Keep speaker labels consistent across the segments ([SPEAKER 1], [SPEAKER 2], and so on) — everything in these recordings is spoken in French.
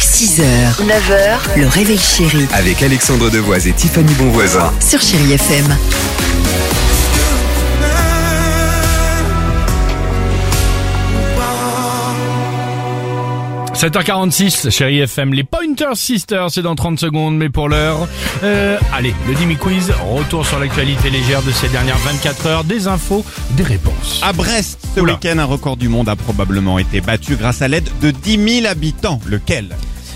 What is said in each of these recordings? [SPEAKER 1] 6h, 9h, le réveil chéri
[SPEAKER 2] Avec Alexandre Devoise et Tiffany Bonvoisin.
[SPEAKER 1] sur Chéri FM.
[SPEAKER 3] Bye.
[SPEAKER 4] 7h46, chérie FM, les Pointer Sisters, c'est dans 30 secondes, mais pour l'heure, euh, allez, le Dimi Quiz, retour sur l'actualité légère de ces dernières 24 heures, des infos, des réponses.
[SPEAKER 5] À Brest, ce
[SPEAKER 4] Oula.
[SPEAKER 5] week-end, un record du monde a probablement été battu grâce à l'aide de 10 000 habitants. Lequel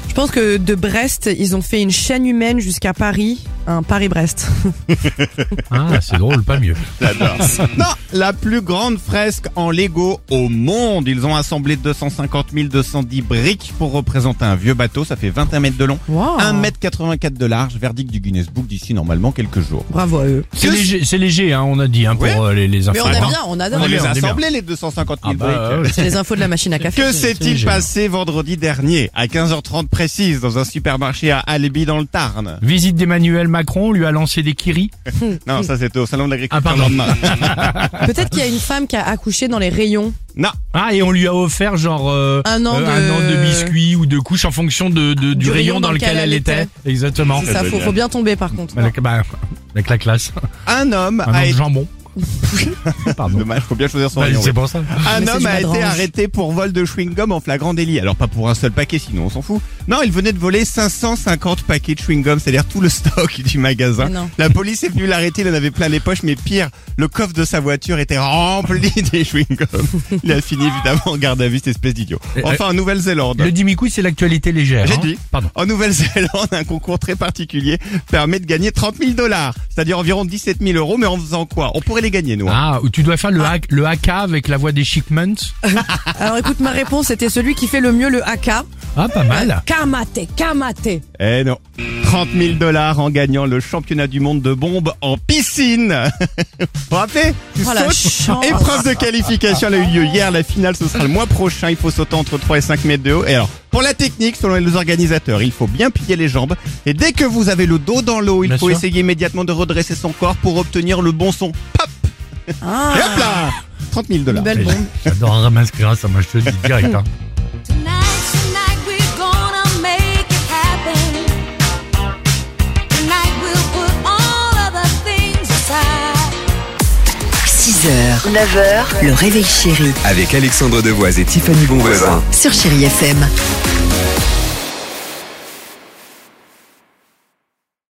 [SPEAKER 6] Je pense que de Brest, ils ont fait une chaîne humaine jusqu'à Paris, un Paris-Brest.
[SPEAKER 4] Ah, c'est drôle, pas mieux.
[SPEAKER 5] Non, la plus grande fresque en Lego au monde. Ils ont assemblé 250 210 briques pour représenter un vieux bateau. Ça fait 21 mètres de long,
[SPEAKER 4] Oh.
[SPEAKER 6] Wow.
[SPEAKER 5] 1 mètre 84 de large. Verdict du Guinness Book d'ici normalement quelques jours.
[SPEAKER 6] Bravo à eux.
[SPEAKER 4] C'est léger, c'est léger, hein, on a dit, hein, pour
[SPEAKER 5] Ouais.
[SPEAKER 4] euh, les, les infos.
[SPEAKER 6] Mais on aime
[SPEAKER 4] hein.
[SPEAKER 6] bien, on adore.
[SPEAKER 5] On
[SPEAKER 4] est
[SPEAKER 5] les
[SPEAKER 4] bien,
[SPEAKER 5] a
[SPEAKER 4] on est bien.
[SPEAKER 5] assemblés les 250 000
[SPEAKER 4] Ah bah,
[SPEAKER 5] briques.
[SPEAKER 4] euh,
[SPEAKER 6] C'est les infos de la machine à café.
[SPEAKER 5] Que
[SPEAKER 4] c'est
[SPEAKER 5] s'est-il
[SPEAKER 4] léger,
[SPEAKER 5] passé vendredi dernier à 15h30 précise dans un supermarché à Albi dans le Tarn
[SPEAKER 4] Visite d'Emmanuel Macron, lui a lancé des kiris.
[SPEAKER 5] Non, ça c'était au salon de l'agriculture
[SPEAKER 4] Ah, pardon.
[SPEAKER 5] le lendemain.
[SPEAKER 6] Peut-être qu'il y a une femme qui a accouché dans les rayons.
[SPEAKER 5] Non,
[SPEAKER 4] Ah, et on lui a offert genre euh,
[SPEAKER 6] Un an
[SPEAKER 4] un
[SPEAKER 6] de-
[SPEAKER 4] an de biscuits ou de couches en fonction de, de- du,
[SPEAKER 6] Du
[SPEAKER 4] rayon dans, lequel, elle était. Exactement.
[SPEAKER 6] C'est ça, faut, faut bien tomber par contre.
[SPEAKER 4] Avec, bah, avec la classe.
[SPEAKER 5] un homme
[SPEAKER 4] Un an
[SPEAKER 5] a
[SPEAKER 4] de
[SPEAKER 5] été
[SPEAKER 4] jambon. Pardon.
[SPEAKER 5] Dommage, faut bien choisir son
[SPEAKER 4] Bah,
[SPEAKER 5] Ah, rayon,
[SPEAKER 4] c'est
[SPEAKER 5] oui.
[SPEAKER 4] pour ça.
[SPEAKER 5] Un
[SPEAKER 6] Mais c'est
[SPEAKER 5] homme
[SPEAKER 6] du
[SPEAKER 5] a été
[SPEAKER 6] madrange.
[SPEAKER 5] arrêté pour vol de chewing-gum en flagrant délit. Alors pas pour un seul paquet, sinon on s'en fout. Non, il venait de voler 550 paquets de chewing-gum, c'est-à-dire tout le stock du magasin.
[SPEAKER 6] Mais non.
[SPEAKER 5] La police est venue l'arrêter, il en avait plein les poches, mais pire, le coffre de sa voiture était rempli des chewing-gum. Il a fini évidemment en garde à vue, cette espèce d'idiot.
[SPEAKER 4] Et- euh,
[SPEAKER 5] Enfin, en Nouvelle-Zélande.
[SPEAKER 4] Le Dimicouille, c'est l'actualité légère.
[SPEAKER 5] Bah. J'ai
[SPEAKER 4] hein.
[SPEAKER 5] dit.
[SPEAKER 4] Pardon.
[SPEAKER 5] En Nouvelle-Zélande, un concours très particulier permet de gagner 30 000 dollars, c'est-à-dire environ 17 000 euros, mais en faisant quoi On pourrait les gagner, nous. hein.
[SPEAKER 4] Ah, où tu dois faire le, hack, le AK avec la voix des Chickmans.
[SPEAKER 6] Alors écoute, ma réponse c'était celui qui fait le mieux le AK.
[SPEAKER 4] Ah, pas mal.
[SPEAKER 6] Kamate, kamate.
[SPEAKER 5] Eh non. 30 000 dollars en gagnant le championnat du monde de bombes en piscine. Vous vous rappelez Tu
[SPEAKER 6] Oh, la
[SPEAKER 5] sautes.
[SPEAKER 6] chance.
[SPEAKER 5] Épreuve de qualification, elle a eu lieu hier. La finale, ce sera le mois prochain. Il faut sauter entre 3 et 5 mètres de haut. Et alors, pour la technique, selon les organisateurs, il faut bien plier les jambes. Et dès que vous avez le dos dans l'eau, il
[SPEAKER 4] Bien
[SPEAKER 5] faut
[SPEAKER 4] sûr.
[SPEAKER 5] essayer immédiatement de redresser son corps pour obtenir le bon son. Pop
[SPEAKER 6] Ah.
[SPEAKER 5] Et hop là 30 000 dollars.
[SPEAKER 6] Une belle bombe.
[SPEAKER 4] Eh, J'adore un ramasse grâce, moi je te le dis direct. hein.
[SPEAKER 7] Tonight, tonight we're gonna make it happen. Tonight we'll put all other things aside.
[SPEAKER 1] 6h, 9h, le réveil chéri
[SPEAKER 2] Avec Alexandre Devoise et Tiffany Bonvoisin.
[SPEAKER 1] sur Chéri FM.